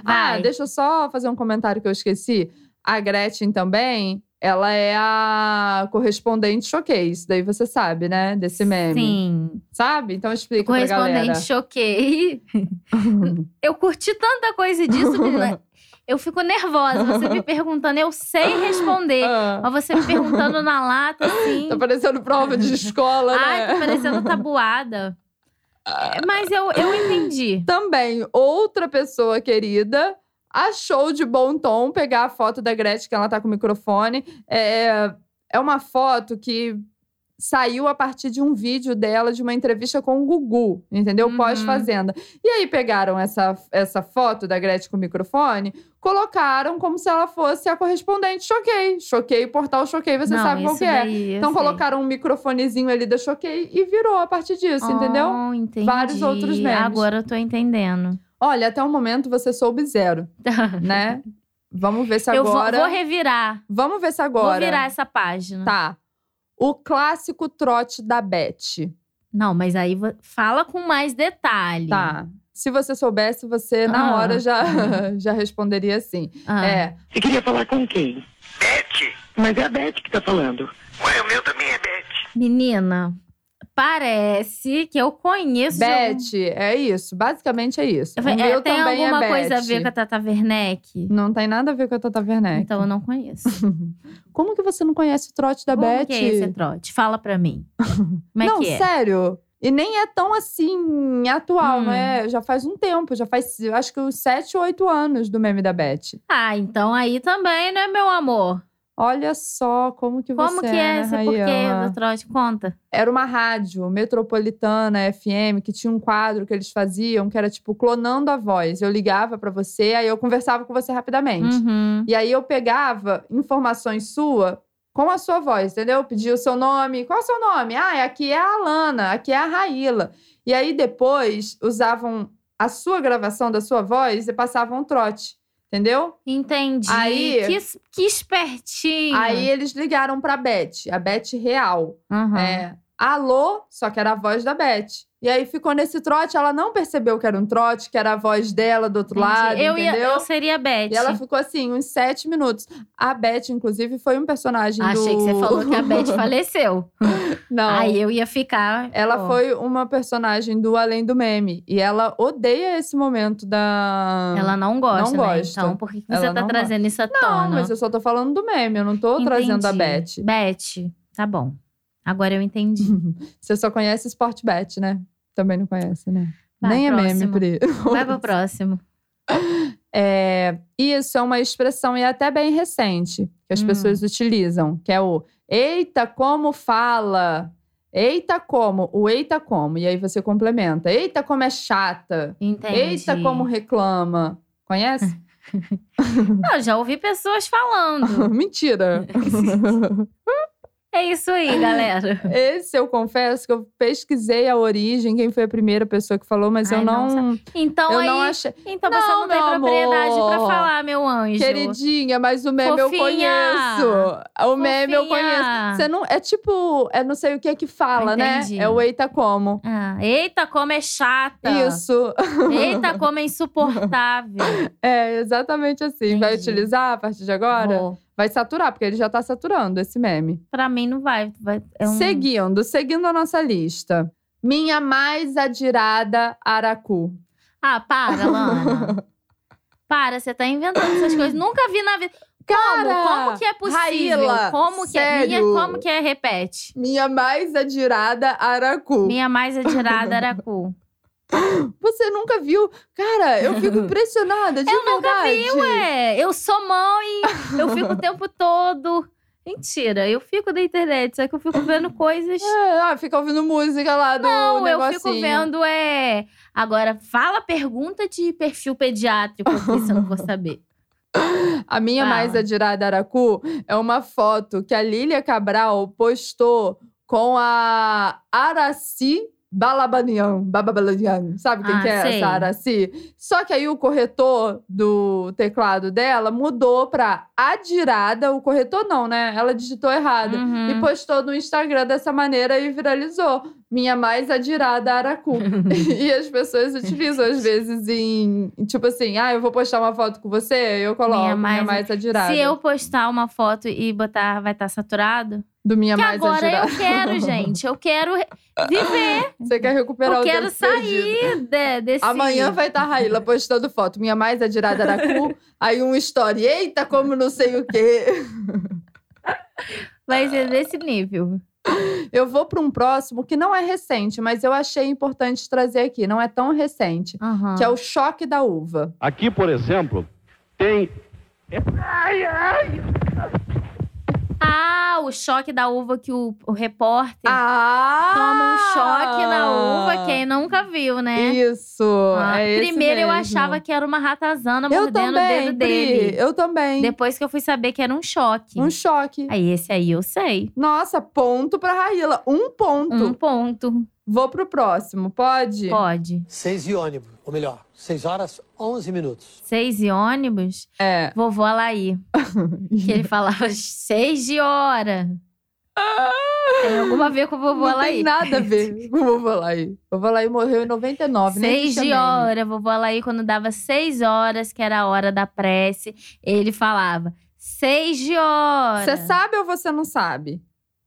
[SPEAKER 1] Ah,
[SPEAKER 2] Vai.
[SPEAKER 1] deixa eu só fazer um comentário que eu esqueci. A Gretchen também, ela é a correspondente showcase. Daí você sabe, né? Desse meme.
[SPEAKER 2] Sim.
[SPEAKER 1] Sabe? Então explica pra galera.
[SPEAKER 2] Correspondente, choquei. Eu curti tanta coisa
[SPEAKER 1] [laughs]
[SPEAKER 2] disso, menina. Eu fico nervosa. Você me perguntando, eu sei [laughs] responder.
[SPEAKER 1] Ah,
[SPEAKER 2] Mas você me perguntando na lata, assim.
[SPEAKER 1] Tá parecendo prova
[SPEAKER 2] [laughs]
[SPEAKER 1] de escola,
[SPEAKER 2] Ai, tá
[SPEAKER 1] né?
[SPEAKER 2] parecendo tabuada.
[SPEAKER 1] Ah.
[SPEAKER 2] É, Mas eu, eu entendi.
[SPEAKER 1] Também, outra pessoa querida achou de bom tom pegar a foto da Gretchen, que ela tá com o microfone. É, é uma foto que saiu a partir de um vídeo dela de uma entrevista com o Gugu, entendeu?
[SPEAKER 2] Uhum.
[SPEAKER 1] Pós-fazenda. E aí pegaram essa, essa foto da Gretchen com o microfone, colocaram como se ela fosse a correspondente. Choquei. Choquei, portal Choquei, você
[SPEAKER 2] Não,
[SPEAKER 1] sabe qual
[SPEAKER 2] isso
[SPEAKER 1] que é.
[SPEAKER 2] daí eu
[SPEAKER 1] Então
[SPEAKER 2] sei.
[SPEAKER 1] colocaram um microfonezinho ali da Choquei e virou a partir disso, assim, entendeu?
[SPEAKER 2] Oh, entendi.
[SPEAKER 1] Vários outros memes.
[SPEAKER 2] Agora eu tô entendendo.
[SPEAKER 1] Olha, até o momento você soube zero, né? Vamos ver se
[SPEAKER 2] eu vou,
[SPEAKER 1] agora.
[SPEAKER 2] vou revirar.
[SPEAKER 1] Vamos ver se agora.
[SPEAKER 2] Vou virar essa página.
[SPEAKER 1] Tá. O clássico trote da Beth.
[SPEAKER 2] Não, mas aí vo- fala com mais detalhe.
[SPEAKER 1] Tá. Se você soubesse, você na
[SPEAKER 2] Ah.
[SPEAKER 1] hora já,
[SPEAKER 2] [laughs]
[SPEAKER 1] já responderia assim.
[SPEAKER 2] Ah.
[SPEAKER 1] É.
[SPEAKER 5] Você queria falar com quem?
[SPEAKER 4] Bete?
[SPEAKER 5] Mas é a Beth que tá falando.
[SPEAKER 4] Ué, o meu também é Bete.
[SPEAKER 2] Menina, parece que eu conheço. de algum-
[SPEAKER 1] Beth, é isso. Basicamente é isso.
[SPEAKER 2] Eu
[SPEAKER 1] o
[SPEAKER 2] falei, é,
[SPEAKER 1] meu
[SPEAKER 2] tem
[SPEAKER 1] também
[SPEAKER 2] alguma
[SPEAKER 1] é Beth.
[SPEAKER 2] coisa a ver com a Tata Werneck?
[SPEAKER 1] Não tem nada a ver com a Tata Werneck.
[SPEAKER 2] Então eu não
[SPEAKER 1] [laughs]
[SPEAKER 2] conheço.
[SPEAKER 1] Como que você não conhece o trote da
[SPEAKER 2] Como
[SPEAKER 1] Beth?
[SPEAKER 2] que é esse trote? Fala
[SPEAKER 1] [laughs]
[SPEAKER 2] pra mim. Como é
[SPEAKER 1] não,
[SPEAKER 2] que é?
[SPEAKER 1] sério. E nem é tão assim atual,
[SPEAKER 2] Hum.
[SPEAKER 1] né? Já faz um tempo, já faz eu acho que uns 7, 8 anos do meme da Beth.
[SPEAKER 2] Ah, então aí também, né, meu amor?
[SPEAKER 1] Olha só como que você
[SPEAKER 2] Como que é
[SPEAKER 1] né,
[SPEAKER 2] esse porquê,
[SPEAKER 1] Rayana?
[SPEAKER 2] doutora? Te Conta.
[SPEAKER 1] Era uma rádio, Metropolitana FM, que tinha um quadro que eles faziam que era tipo clonando a voz. Eu ligava pra você, aí eu conversava com você rapidamente.
[SPEAKER 2] Uhum.
[SPEAKER 1] E aí eu pegava informações sua com a sua voz, entendeu? Eu Pedia o seu nome. Qual é o seu nome? Ah, é- aqui é a Alana, aqui é a Raíla. E aí depois usavam a sua gravação da sua voz e passavam um trote, entendeu?
[SPEAKER 2] Entendi.
[SPEAKER 1] Aí-
[SPEAKER 2] Que, es- que espertinho.
[SPEAKER 1] Aí eles ligaram pra Beth, a Beth real.
[SPEAKER 2] Uhum.
[SPEAKER 1] É, alô, só que era a voz da Beth. E aí ficou nesse trote, ela não percebeu que era um trote, que era a voz dela do outro
[SPEAKER 2] Entendi.
[SPEAKER 1] lado,
[SPEAKER 2] eu, ia-
[SPEAKER 1] entendeu?
[SPEAKER 2] eu seria Beth.
[SPEAKER 1] E ela ficou assim, uns sete minutos. A Beth, inclusive, foi um personagem do...
[SPEAKER 2] Ah, Achei que você falou que a Beth faleceu.
[SPEAKER 1] [laughs] Não.
[SPEAKER 2] Aí eu ia ficar.
[SPEAKER 1] Ela
[SPEAKER 2] pô,
[SPEAKER 1] foi uma personagem do Além do Meme. E ela odeia esse momento da...
[SPEAKER 2] Ela não gosta,
[SPEAKER 1] Não
[SPEAKER 2] né?
[SPEAKER 1] gosta.
[SPEAKER 2] Então, por que que você
[SPEAKER 1] Ela
[SPEAKER 2] tá
[SPEAKER 1] não
[SPEAKER 2] trazendo isso à tona?
[SPEAKER 1] Não, mas eu só tô falando do meme, eu não tô trazendo a
[SPEAKER 2] Entendi.
[SPEAKER 1] Beth.
[SPEAKER 2] Beth, tá bom. Agora
[SPEAKER 1] [laughs]
[SPEAKER 2] eu entendi.
[SPEAKER 1] Você só conhece Sport Bet, né? Também não conhece, né?
[SPEAKER 2] Vai,
[SPEAKER 1] Nem é meme,
[SPEAKER 2] próximo.
[SPEAKER 1] Pri.
[SPEAKER 2] Vai pro próximo.
[SPEAKER 1] É, isso é uma expressão e até bem recente que as
[SPEAKER 2] Hum.
[SPEAKER 1] pessoas utilizam, que é o eita como fala, eita como, o eita como, e aí você complementa, eita como é chata,
[SPEAKER 2] Entendi.
[SPEAKER 1] eita como reclama.
[SPEAKER 2] [laughs]
[SPEAKER 1] Conhece? [laughs]
[SPEAKER 2] Não, já ouvi pessoas falando.
[SPEAKER 1] Mentira.
[SPEAKER 2] é isso aí, galera.
[SPEAKER 1] Esse eu confesso que eu pesquisei a origem, quem foi a primeira pessoa que falou, mas
[SPEAKER 2] Ai,
[SPEAKER 1] eu não,
[SPEAKER 2] não Então
[SPEAKER 1] eu
[SPEAKER 2] aí.
[SPEAKER 1] não achei.
[SPEAKER 2] Então você
[SPEAKER 1] Não,
[SPEAKER 2] não tem
[SPEAKER 1] meu
[SPEAKER 2] propriedade pra
[SPEAKER 1] amor.
[SPEAKER 2] falar, meu anjo.
[SPEAKER 1] Queridinha, mas o meme eu
[SPEAKER 2] Fofinha!
[SPEAKER 1] conheço. O meme eu
[SPEAKER 2] Fofinha! Ah,
[SPEAKER 1] conheço. Você não é tipo, é não sei o que é que fala, né?
[SPEAKER 2] Entendi.
[SPEAKER 1] É o eita como.
[SPEAKER 2] Ah, eita, como é chata.
[SPEAKER 1] Isso. [laughs]
[SPEAKER 2] Eita, como é insuportável.
[SPEAKER 1] É exatamente assim. Vai
[SPEAKER 2] Entendi.
[SPEAKER 1] utilizar a partir de agora?
[SPEAKER 2] Vou.
[SPEAKER 1] Vai saturar, porque ele já tá saturando esse meme.
[SPEAKER 2] Pra mim não vai. vai é um...
[SPEAKER 1] Seguindo, seguindo a nossa lista. Minha mais adirada Aracu.
[SPEAKER 2] Ah, para,
[SPEAKER 1] [laughs]
[SPEAKER 2] Lana. Para, você tá inventando essas coisas. Nunca vi na vida.
[SPEAKER 1] Cara,
[SPEAKER 2] como? Como que é possível?
[SPEAKER 1] Raíla,
[SPEAKER 2] como que é? Minha,
[SPEAKER 1] sério.
[SPEAKER 2] como que é? Repete.
[SPEAKER 1] Minha mais adirada Aracu.
[SPEAKER 2] Minha mais adirada era [laughs] cu.
[SPEAKER 1] Você nunca viu? Cara,
[SPEAKER 2] [laughs]
[SPEAKER 1] eu fico impressionada de
[SPEAKER 2] Eu nunca
[SPEAKER 1] verdade.
[SPEAKER 2] vi, ué. É, Eu sou mãe, eu fico o tempo todo. Mentira, eu fico da internet, só que eu fico vendo coisas.
[SPEAKER 1] É, ah, fica ouvindo música lá do
[SPEAKER 2] Não, eu
[SPEAKER 1] negocinho.
[SPEAKER 2] fico vendo, é. Agora, fala pergunta de perfil pediátrico, porque isso eu não vou
[SPEAKER 1] [laughs]
[SPEAKER 2] saber.
[SPEAKER 1] A minha
[SPEAKER 2] Fala.
[SPEAKER 1] mais adirada Aracu é uma foto que a Lília Cabral postou com a Araci Balabanian, Bababalanian. Sabe quem
[SPEAKER 2] Ah,
[SPEAKER 1] que é
[SPEAKER 2] sei.
[SPEAKER 1] essa Araci? Só que aí o corretor do teclado dela mudou pra adirada. O corretor não, né? Ela digitou errado.
[SPEAKER 2] Uhum.
[SPEAKER 1] E postou no Instagram dessa maneira e viralizou. Minha mais adirada
[SPEAKER 2] [laughs]
[SPEAKER 1] Aracu. e as pessoas utilizam, às vezes, em. em Tipo assim, ah, eu vou postar uma foto com você, eu coloco minha mais,
[SPEAKER 2] Minha mais-
[SPEAKER 1] adirada.
[SPEAKER 2] Se eu postar uma foto e botar vai estar saturado?
[SPEAKER 1] Do Minha
[SPEAKER 2] que
[SPEAKER 1] Mais
[SPEAKER 2] agora
[SPEAKER 1] Adirada.
[SPEAKER 2] eu quero, gente. Eu quero re-
[SPEAKER 1] [laughs]
[SPEAKER 2] viver.
[SPEAKER 1] Você quer recuperar
[SPEAKER 2] Eu
[SPEAKER 1] o
[SPEAKER 2] quero
[SPEAKER 1] tempo perdido.
[SPEAKER 2] sair de- desse.
[SPEAKER 1] Amanhã vai estar a Raíla postando foto. Minha mais adirada Aracu. aí um story. Eita, como não sei o quê.
[SPEAKER 2] Vai ser é desse nível.
[SPEAKER 1] Eu vou para um próximo que não é recente, mas eu achei importante trazer aqui. Não é tão recente.
[SPEAKER 2] Aham.
[SPEAKER 1] Que é o choque da uva.
[SPEAKER 6] Aqui, por exemplo, tem
[SPEAKER 2] Ah, o choque da uva que o, o repórter
[SPEAKER 1] Ah!
[SPEAKER 2] toma um choque na uva, quem nunca viu, né?
[SPEAKER 1] Isso.
[SPEAKER 2] Ah,
[SPEAKER 1] é esse
[SPEAKER 2] primeiro eu
[SPEAKER 1] mesmo.
[SPEAKER 2] achava que era uma ratazana
[SPEAKER 1] eu
[SPEAKER 2] mordendo
[SPEAKER 1] também,
[SPEAKER 2] o dedo
[SPEAKER 1] Pri,
[SPEAKER 2] dele.
[SPEAKER 1] Eu também.
[SPEAKER 2] Depois que eu fui saber que era um choque.
[SPEAKER 1] Um choque.
[SPEAKER 2] Aí esse aí eu sei.
[SPEAKER 1] Nossa, ponto pra Raíla. Um ponto.
[SPEAKER 2] Um ponto.
[SPEAKER 1] Vou pro próximo, pode?
[SPEAKER 2] Pode.
[SPEAKER 7] Seis e ônibus, ou melhor, seis horas, onze minutos.
[SPEAKER 2] Seis e ônibus?
[SPEAKER 1] É. [laughs]
[SPEAKER 2] Vovô Alaí. que ele falava seis de hora. Tem alguma a ver com o vovô
[SPEAKER 1] Ah! Não tem
[SPEAKER 2] Alaí?
[SPEAKER 1] nada a
[SPEAKER 2] [laughs]
[SPEAKER 1] ver com o Vovô Laí. Vovô Laí morreu em 99, né?
[SPEAKER 2] Seis de hora, vovô Alaí, quando dava seis horas, que era a hora da prece, ele falava seis de hora.
[SPEAKER 1] Você sabe ou você não sabe?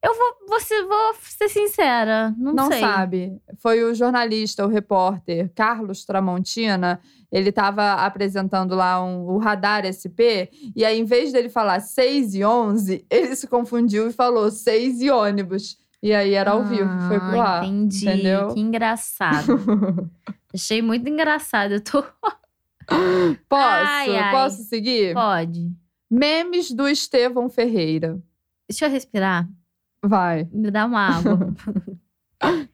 [SPEAKER 2] Eu vou, vou, ser, vou ser sincera, não,
[SPEAKER 1] Não
[SPEAKER 2] sei.
[SPEAKER 1] sabe. Foi o jornalista, o repórter Carlos Tramontina. Ele estava apresentando lá um- o Radar SP. E aí, em vez dele falar 6 e 11, ele se confundiu e falou 6 e ônibus. E aí era ao vivo, foi pro
[SPEAKER 2] Ah,
[SPEAKER 1] ar.
[SPEAKER 2] Entendi,
[SPEAKER 1] entendeu?
[SPEAKER 2] que [laughs] engraçado. Achei muito engraçado, eu tô...
[SPEAKER 1] Posso?
[SPEAKER 2] Ai, ai.
[SPEAKER 1] Posso seguir?
[SPEAKER 2] Pode.
[SPEAKER 1] Memes do Estevão Ferreira.
[SPEAKER 2] Deixa eu respirar.
[SPEAKER 1] Vai.
[SPEAKER 2] Me dá uma [laughs] água.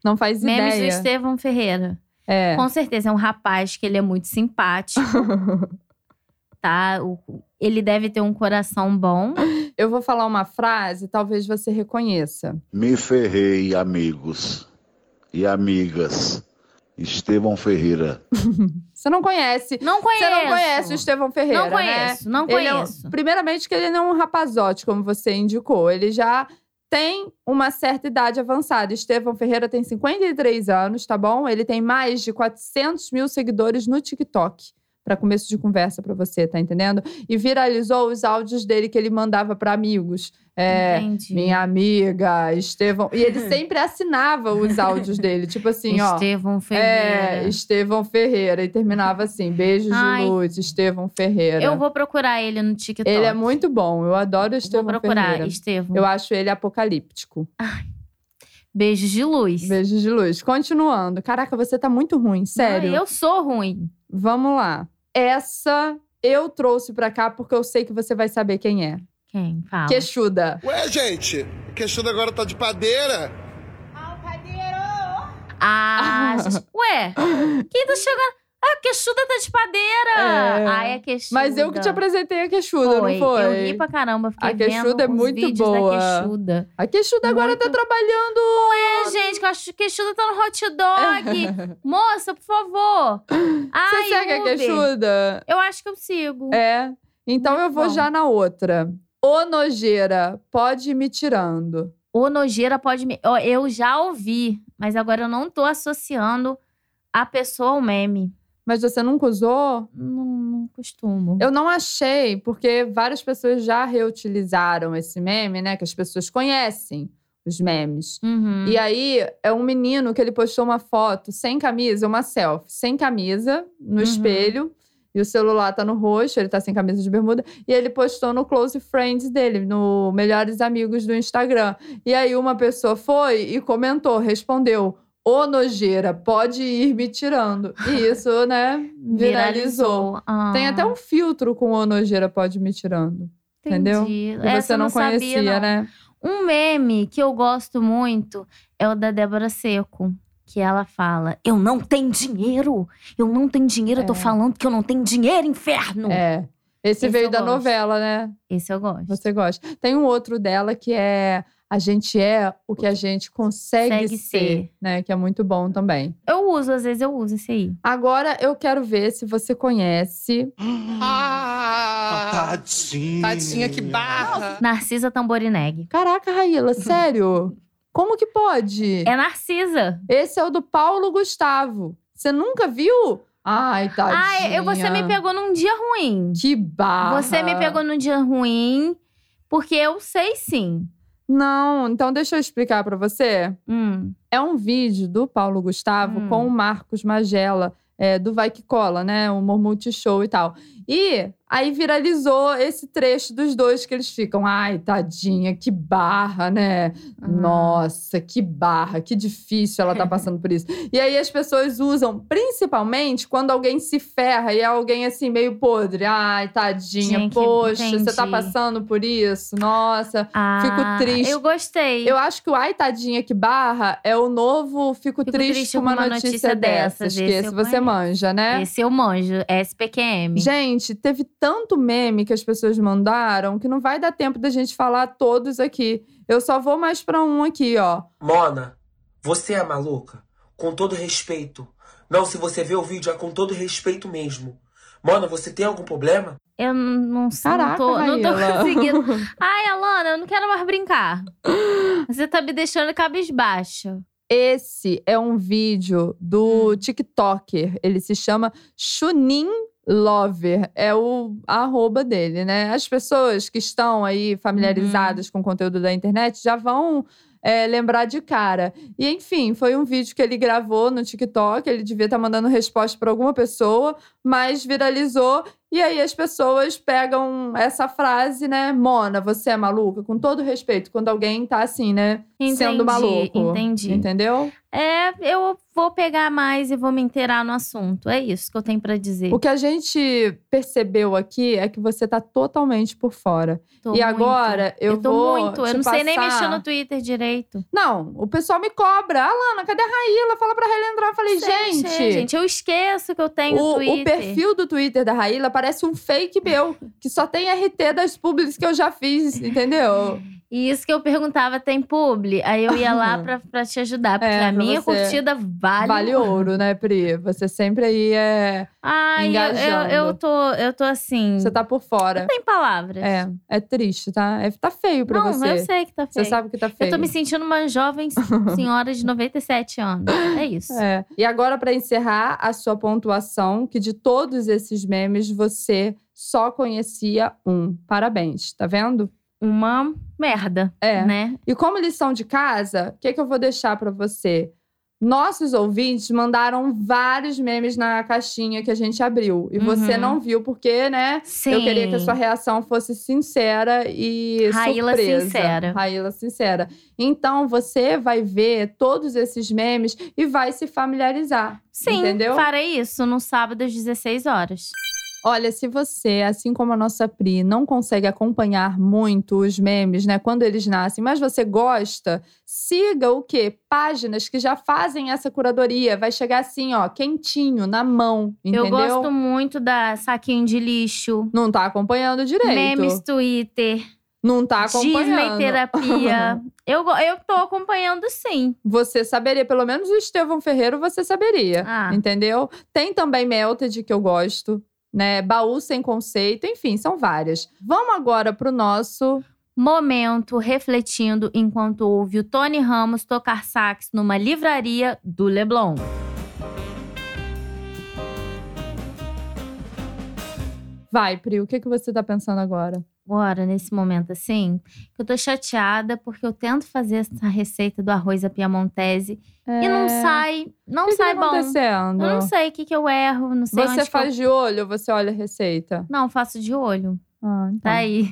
[SPEAKER 1] Não faz
[SPEAKER 2] Memes do
[SPEAKER 1] ideia.
[SPEAKER 2] Estevão Ferreira.
[SPEAKER 1] É.
[SPEAKER 2] Com certeza é um rapaz que ele é muito [laughs] simpático, tá? O- ele deve ter um coração bom.
[SPEAKER 1] Eu vou falar uma frase, talvez você reconheça.
[SPEAKER 8] Me ferrei, amigos e amigas. Estevão Ferreira.
[SPEAKER 1] Você não conhece.
[SPEAKER 2] Não conheço.
[SPEAKER 1] Você não conhece o Estevão Ferreira,
[SPEAKER 2] Não conheço, não
[SPEAKER 1] né? Ele é um-
[SPEAKER 2] conheço.
[SPEAKER 1] primeiramente que ele não é um rapazote, como você indicou. Ele já tem uma certa idade avançada. Estevão Ferreira tem 53 anos, tá bom? Ele tem mais de 400 mil seguidores no TikTok. Pra começo de conversa pra você, tá entendendo? E viralizou os áudios dele que ele mandava pra amigos. É,
[SPEAKER 2] Entendi.
[SPEAKER 1] minha amiga, Estevão. E
[SPEAKER 2] [laughs]
[SPEAKER 1] ele sempre assinava os áudios dele, tipo assim, ó.
[SPEAKER 2] Estevão Ferreira.
[SPEAKER 1] É, Estevão Ferreira. E terminava assim: beijos
[SPEAKER 2] Ai.
[SPEAKER 1] de luz, Estevão Ferreira.
[SPEAKER 2] eu vou procurar ele no TikTok.
[SPEAKER 1] Ele é muito bom, eu adoro o
[SPEAKER 2] Vou
[SPEAKER 1] Estevão
[SPEAKER 2] procurar,
[SPEAKER 1] Ferreira.
[SPEAKER 2] Estevão.
[SPEAKER 1] Eu acho ele apocalíptico.
[SPEAKER 2] Beijos de luz.
[SPEAKER 1] Beijos de luz. Continuando. Caraca, você tá muito ruim, sério.
[SPEAKER 2] Ah, eu sou ruim.
[SPEAKER 1] Vamos lá. Essa eu trouxe pra cá porque eu sei que você vai saber quem é.
[SPEAKER 2] Quem? Fala.
[SPEAKER 1] Queixuda.
[SPEAKER 9] Ué, gente, questão agora tá de padeira.
[SPEAKER 1] [laughs]
[SPEAKER 2] Ah, gente. Ué, quem tá chegando? Ah, queixuda tá de padeira.
[SPEAKER 1] É.
[SPEAKER 2] Ai, é queixuda.
[SPEAKER 1] Mas eu que te apresentei a Queixuda, não foi?
[SPEAKER 2] Eu ri pra caramba. Fiquei
[SPEAKER 1] A queixuda
[SPEAKER 2] vendo
[SPEAKER 1] é
[SPEAKER 2] uns
[SPEAKER 1] muito
[SPEAKER 2] vídeos
[SPEAKER 1] boa. [laughs]
[SPEAKER 2] da queixuda.
[SPEAKER 1] A Queixuda agora
[SPEAKER 2] Muito.
[SPEAKER 1] tá trabalhando.
[SPEAKER 2] É, gente, que eu acho que queixuda tá no hot
[SPEAKER 1] [laughs]
[SPEAKER 2] dog. Moça, por favor. Ai,
[SPEAKER 1] Você segue a
[SPEAKER 2] Uber.
[SPEAKER 1] Queixuda?
[SPEAKER 2] Eu acho que eu sigo.
[SPEAKER 1] É. Então
[SPEAKER 2] Muito
[SPEAKER 1] eu vou
[SPEAKER 2] bom.
[SPEAKER 1] já na outra. Ô nojeira, pode ir me tirando.
[SPEAKER 2] O nojeira pode me. Ó, Eu já ouvi, mas agora eu não tô associando a pessoa ao meme.
[SPEAKER 1] Mas você nunca usou?
[SPEAKER 2] Não, não costumo.
[SPEAKER 1] Eu não achei, porque várias pessoas já reutilizaram esse meme, né? Que as pessoas conhecem os memes.
[SPEAKER 2] Uhum.
[SPEAKER 1] E aí, é um menino que ele postou uma foto sem camisa, uma selfie, sem camisa, no
[SPEAKER 2] Uhum.
[SPEAKER 1] espelho. E o celular tá no rosto, ele tá sem camisa de bermuda. E ele postou no Close Friends dele, no Melhores Amigos do Instagram. E aí, uma pessoa foi e comentou, respondeu. Ô nojeira, pode ir me tirando. E isso, né, viralizou.
[SPEAKER 2] Ah,
[SPEAKER 1] Tem até um filtro com ô nojeira, pode ir me tirando. entendeu?
[SPEAKER 2] entendi.
[SPEAKER 1] Que
[SPEAKER 2] Essa
[SPEAKER 1] você
[SPEAKER 2] eu
[SPEAKER 1] não,
[SPEAKER 2] sabia,
[SPEAKER 1] conhecia,
[SPEAKER 2] não.
[SPEAKER 1] né?
[SPEAKER 2] Um meme que eu gosto muito é o da Débora Seco. Que ela fala, eu não tenho dinheiro, eu não tenho dinheiro, eu tô
[SPEAKER 1] É.
[SPEAKER 2] falando que eu não tenho dinheiro, inferno.
[SPEAKER 1] É. Esse,
[SPEAKER 2] Esse
[SPEAKER 1] veio
[SPEAKER 2] eu
[SPEAKER 1] da
[SPEAKER 2] gosto.
[SPEAKER 1] novela, né?
[SPEAKER 2] Esse eu gosto.
[SPEAKER 1] Você gosta. Tem um outro dela que é A gente é o que a gente consegue
[SPEAKER 2] Consegue
[SPEAKER 1] ser,
[SPEAKER 2] ser.
[SPEAKER 1] né? Que é muito bom também.
[SPEAKER 2] Eu uso, às vezes eu uso esse aí.
[SPEAKER 1] Agora eu quero ver se você conhece.
[SPEAKER 9] Ah,
[SPEAKER 7] Tadinho.
[SPEAKER 9] tadinha que barra.
[SPEAKER 2] Narcisa Tamborineg.
[SPEAKER 1] Caraca,
[SPEAKER 2] [laughs]
[SPEAKER 1] Raíla, sério? Como que pode?
[SPEAKER 2] É Narcisa.
[SPEAKER 1] Esse é o do Paulo Gustavo. Você nunca viu? Ai, tadinha.
[SPEAKER 2] Ai, eu, você me pegou num dia ruim.
[SPEAKER 1] Que barra.
[SPEAKER 2] Você me pegou num dia ruim, porque eu sei sim.
[SPEAKER 1] Não, então deixa eu explicar pra você.
[SPEAKER 2] Hum,
[SPEAKER 1] É um vídeo do Paulo Gustavo
[SPEAKER 2] Hum.
[SPEAKER 1] com o Marcos Magela, é, do Vai Que Cola, né? O Humor Multishow e tal. E aí viralizou esse trecho dos dois que eles ficam. Ai, tadinha, que barra, né?
[SPEAKER 2] Ah.
[SPEAKER 1] Nossa, que barra, que difícil ela tá passando por isso. E aí as pessoas usam, principalmente quando alguém se ferra e é alguém assim, meio podre. Ai, tadinha,
[SPEAKER 2] Gente,
[SPEAKER 1] poxa, você tá
[SPEAKER 2] entendi.
[SPEAKER 1] passando por isso, nossa.
[SPEAKER 2] ah,
[SPEAKER 1] Fico triste.
[SPEAKER 2] Eu gostei.
[SPEAKER 1] Eu acho que o Ai Tadinha que barra é o novo Fico,
[SPEAKER 2] Fico
[SPEAKER 1] triste, com uma notícia, dessas. que
[SPEAKER 2] esse
[SPEAKER 1] esse
[SPEAKER 2] eu
[SPEAKER 1] você
[SPEAKER 2] conheço.
[SPEAKER 1] manja, né?
[SPEAKER 2] Esse eu manjo, SPQM.
[SPEAKER 1] Gente, teve tanto meme que as pessoas mandaram que não vai dar tempo da gente falar todos aqui. Eu só vou mais pra um aqui, ó.
[SPEAKER 10] Mona, você é maluca? Com todo respeito. Não, se você vê o vídeo, é com todo respeito mesmo. Mona, você tem algum problema?
[SPEAKER 2] Eu n- não sei,
[SPEAKER 1] Caraca,
[SPEAKER 2] não tô, não tô
[SPEAKER 1] Raíla.
[SPEAKER 2] [laughs] conseguindo.
[SPEAKER 1] [laughs]
[SPEAKER 2] Ai, Alana, eu não quero mais brincar. Você tá me deixando cabisbaixa.
[SPEAKER 1] Esse é um vídeo do TikToker. Ele se chama Chunin Lover. É o arroba dele, né? As pessoas que estão aí familiarizadas com o conteúdo da internet já vão. é, lembrar de cara. E enfim, foi um vídeo que ele tá gravou no TikTok. Ele devia estar mandando resposta para alguma pessoa, mas viralizou. E aí as pessoas pegam essa frase, né? Mona, você é maluca? Com todo respeito, quando alguém tá assim, né?
[SPEAKER 2] Entendi,
[SPEAKER 1] sendo maluco.
[SPEAKER 2] entendi.
[SPEAKER 1] Entendeu?
[SPEAKER 2] É, eu vou pegar mais e vou me inteirar no assunto. É isso que eu tenho pra dizer.
[SPEAKER 1] O que a gente percebeu aqui é que você tá totalmente por fora.
[SPEAKER 2] Tô
[SPEAKER 1] e
[SPEAKER 2] muito.
[SPEAKER 1] agora eu,
[SPEAKER 2] eu tô
[SPEAKER 1] vou
[SPEAKER 2] muito. Eu
[SPEAKER 1] te
[SPEAKER 2] não sei nem
[SPEAKER 1] passar-
[SPEAKER 2] mexer no Twitter direito.
[SPEAKER 1] Não, o pessoal me cobra. Alana, cadê a Raíla? Fala pra Raíla entrar. Eu falei,
[SPEAKER 2] Sei
[SPEAKER 1] gente,
[SPEAKER 2] mexer, gente, eu esqueço que eu tenho
[SPEAKER 1] o,
[SPEAKER 2] Twitter.
[SPEAKER 1] o perfil do Twitter da Raíla parece um fake meu, que só tem RT das publics que eu já fiz, entendeu?
[SPEAKER 2] E isso que eu perguntava, tem publi? Aí eu
[SPEAKER 1] [laughs]
[SPEAKER 2] ia lá pra, pra te ajudar. Porque
[SPEAKER 1] É, pra
[SPEAKER 2] a minha
[SPEAKER 1] você.
[SPEAKER 2] curtida vale.
[SPEAKER 1] Vale, ouro, né, Pri? Você sempre aí é.
[SPEAKER 2] Ai, eu, eu,
[SPEAKER 1] Engajando.
[SPEAKER 2] eu tô, eu tô assim.
[SPEAKER 1] Você tá por fora.
[SPEAKER 2] Tem palavras.
[SPEAKER 1] É, é triste, tá? É, tá feio pra
[SPEAKER 2] não,
[SPEAKER 1] você.
[SPEAKER 2] eu sei que tá
[SPEAKER 1] Você
[SPEAKER 2] feio.
[SPEAKER 1] sabe que tá feio.
[SPEAKER 2] eu tô me sentindo uma jovem
[SPEAKER 1] [laughs]
[SPEAKER 2] senhora de 97 anos. É isso.
[SPEAKER 1] É. E agora, pra encerrar a sua pontuação, que de todos esses memes você só conhecia um. Parabéns, tá vendo?
[SPEAKER 2] Uma merda,
[SPEAKER 1] É.
[SPEAKER 2] né?
[SPEAKER 1] E como lição de casa, o que, que eu vou deixar pra você? Nossos ouvintes mandaram vários memes na caixinha que a gente abriu. E você
[SPEAKER 2] Uhum.
[SPEAKER 1] não viu, porque, né?
[SPEAKER 2] Sim.
[SPEAKER 1] Eu queria que a sua reação fosse sincera e
[SPEAKER 2] Raíla
[SPEAKER 1] surpresa.
[SPEAKER 2] sincera.
[SPEAKER 1] Raíla sincera. Então, você vai ver todos esses memes e vai se familiarizar.
[SPEAKER 2] Sim,
[SPEAKER 1] entendeu?
[SPEAKER 2] farei isso no sábado às 16 horas.
[SPEAKER 1] Olha, se você, assim como a nossa Pri, não consegue acompanhar muito os memes, né, quando eles nascem, mas você gosta, siga o quê? Páginas que já fazem essa curadoria. Vai chegar assim, ó, quentinho, na mão, entendeu?
[SPEAKER 2] Eu gosto muito da saquinho de lixo,
[SPEAKER 1] Não tá acompanhando direito.
[SPEAKER 2] memes Twitter,
[SPEAKER 1] Não tá
[SPEAKER 2] Disney
[SPEAKER 1] acompanhando. [laughs]
[SPEAKER 2] terapia. eu, go- eu tô acompanhando sim.
[SPEAKER 1] Você saberia, pelo menos o Estevão Ferreiro você saberia,
[SPEAKER 2] Ah.
[SPEAKER 1] entendeu? Tem também Melted, que eu gosto, né? Baú Sem Conceito, enfim, são várias. Vamos agora pro nosso...
[SPEAKER 2] Momento refletindo enquanto ouve o Tony Ramos tocar sax numa livraria do Leblon.
[SPEAKER 1] Vai, Pri, o que, que você tá pensando agora?
[SPEAKER 2] agora, nesse momento assim, que eu tô chateada porque eu tento fazer essa receita do arroz à piamontese e
[SPEAKER 1] É,
[SPEAKER 2] não sai, não
[SPEAKER 1] O que
[SPEAKER 2] sai
[SPEAKER 1] que tá
[SPEAKER 2] bom. Eu
[SPEAKER 1] acontecendo?
[SPEAKER 2] não sei o que, que eu erro, não sei
[SPEAKER 1] Você
[SPEAKER 2] onde
[SPEAKER 1] faz
[SPEAKER 2] que eu...
[SPEAKER 1] de olho ou você olha a receita?
[SPEAKER 2] Não, faço de olho.
[SPEAKER 1] Ah, então.
[SPEAKER 2] Tá aí.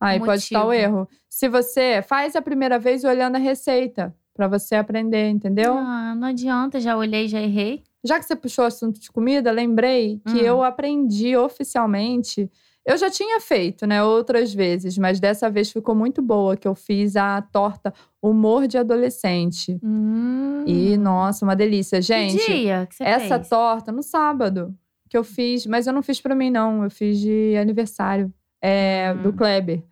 [SPEAKER 1] Aí pode
[SPEAKER 2] motivo.
[SPEAKER 1] estar o erro. Se você faz a primeira vez olhando a receita, pra você aprender, entendeu?
[SPEAKER 2] Ah, não adianta, já olhei, já errei.
[SPEAKER 1] Já que você puxou o assunto de comida, lembrei que
[SPEAKER 2] Hum.
[SPEAKER 1] eu aprendi oficialmente. Eu já tinha feito, né, outras vezes, mas dessa vez ficou muito boa que eu fiz a torta Humor de Adolescente.
[SPEAKER 2] Hum.
[SPEAKER 1] E nossa, uma delícia,
[SPEAKER 2] Que
[SPEAKER 1] gente.
[SPEAKER 2] dia que você
[SPEAKER 1] Essa
[SPEAKER 2] fez? Hum.
[SPEAKER 1] torta no sábado que eu fiz, mas eu não fiz pra mim não, eu fiz de aniversário é, do Kleber,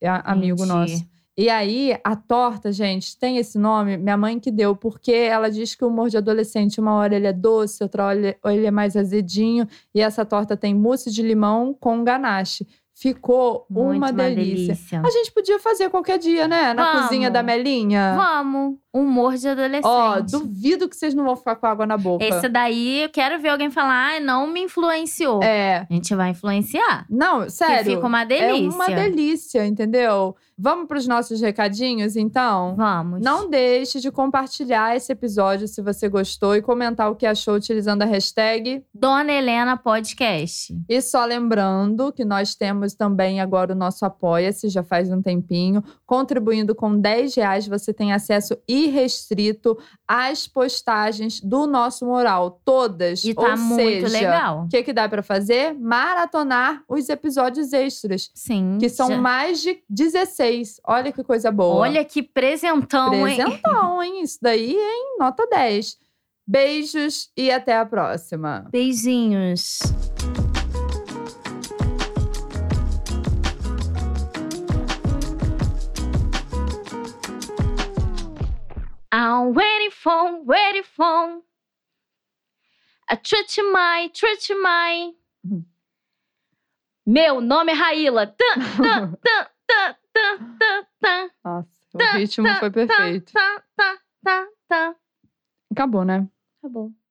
[SPEAKER 1] é, a- amigo
[SPEAKER 2] Hum. Entendi.
[SPEAKER 1] nosso. E aí a torta, gente, tem esse nome, minha mãe que deu, porque ela diz que o humor de adolescente, uma hora ele é doce, outra hora ele- ele é mais azedinho, e essa torta tem mousse de limão com ganache. Ficou
[SPEAKER 2] Muito
[SPEAKER 1] uma delícia.
[SPEAKER 2] delícia.
[SPEAKER 1] A gente podia fazer qualquer dia, né? Na
[SPEAKER 2] Vamos.
[SPEAKER 1] cozinha da Melinha.
[SPEAKER 2] Vamos, humor de adolescente.
[SPEAKER 1] Ó, duvido que vocês não vão ficar com água na boca.
[SPEAKER 2] Esse é daí, eu quero ver alguém falar, ai, não me influenciou.
[SPEAKER 1] É,
[SPEAKER 2] A gente vai influenciar.
[SPEAKER 1] Não, sério.
[SPEAKER 2] Que fica uma delícia.
[SPEAKER 1] É uma delícia, entendeu? Vamos para os nossos recadinhos, então?
[SPEAKER 2] Vamos.
[SPEAKER 1] Não deixe de compartilhar esse episódio se você gostou e comentar o que achou utilizando a hashtag.
[SPEAKER 2] Dona Helena Podcast.
[SPEAKER 1] E só lembrando que nós temos também agora o nosso Apoia-se, já faz um tempinho. Contribuindo com 10 reais, você tem acesso irrestrito às postagens do nosso mural. Todas.
[SPEAKER 2] E tá
[SPEAKER 1] Ou seja,
[SPEAKER 2] muito legal.
[SPEAKER 1] O que, que dá para fazer? Maratonar os episódios extras
[SPEAKER 2] Sim.
[SPEAKER 1] que são
[SPEAKER 2] já-
[SPEAKER 1] mais de 16. Olha que coisa boa.
[SPEAKER 2] Olha que presentão, hein?
[SPEAKER 1] Presentão, hein? Isso daí, hein? Nota 10. Beijos e até a próxima.
[SPEAKER 2] Beijinhos. I'm waiting for, waiting for. A treat my, treat my. Meu nome é Raíla. tá, Tan, tan, tan, tan, tan, tan, tan.
[SPEAKER 1] Nossa, o ritmo foi
[SPEAKER 2] Tá, tá, tá, tá.
[SPEAKER 1] Acabou, né?
[SPEAKER 2] Acabou.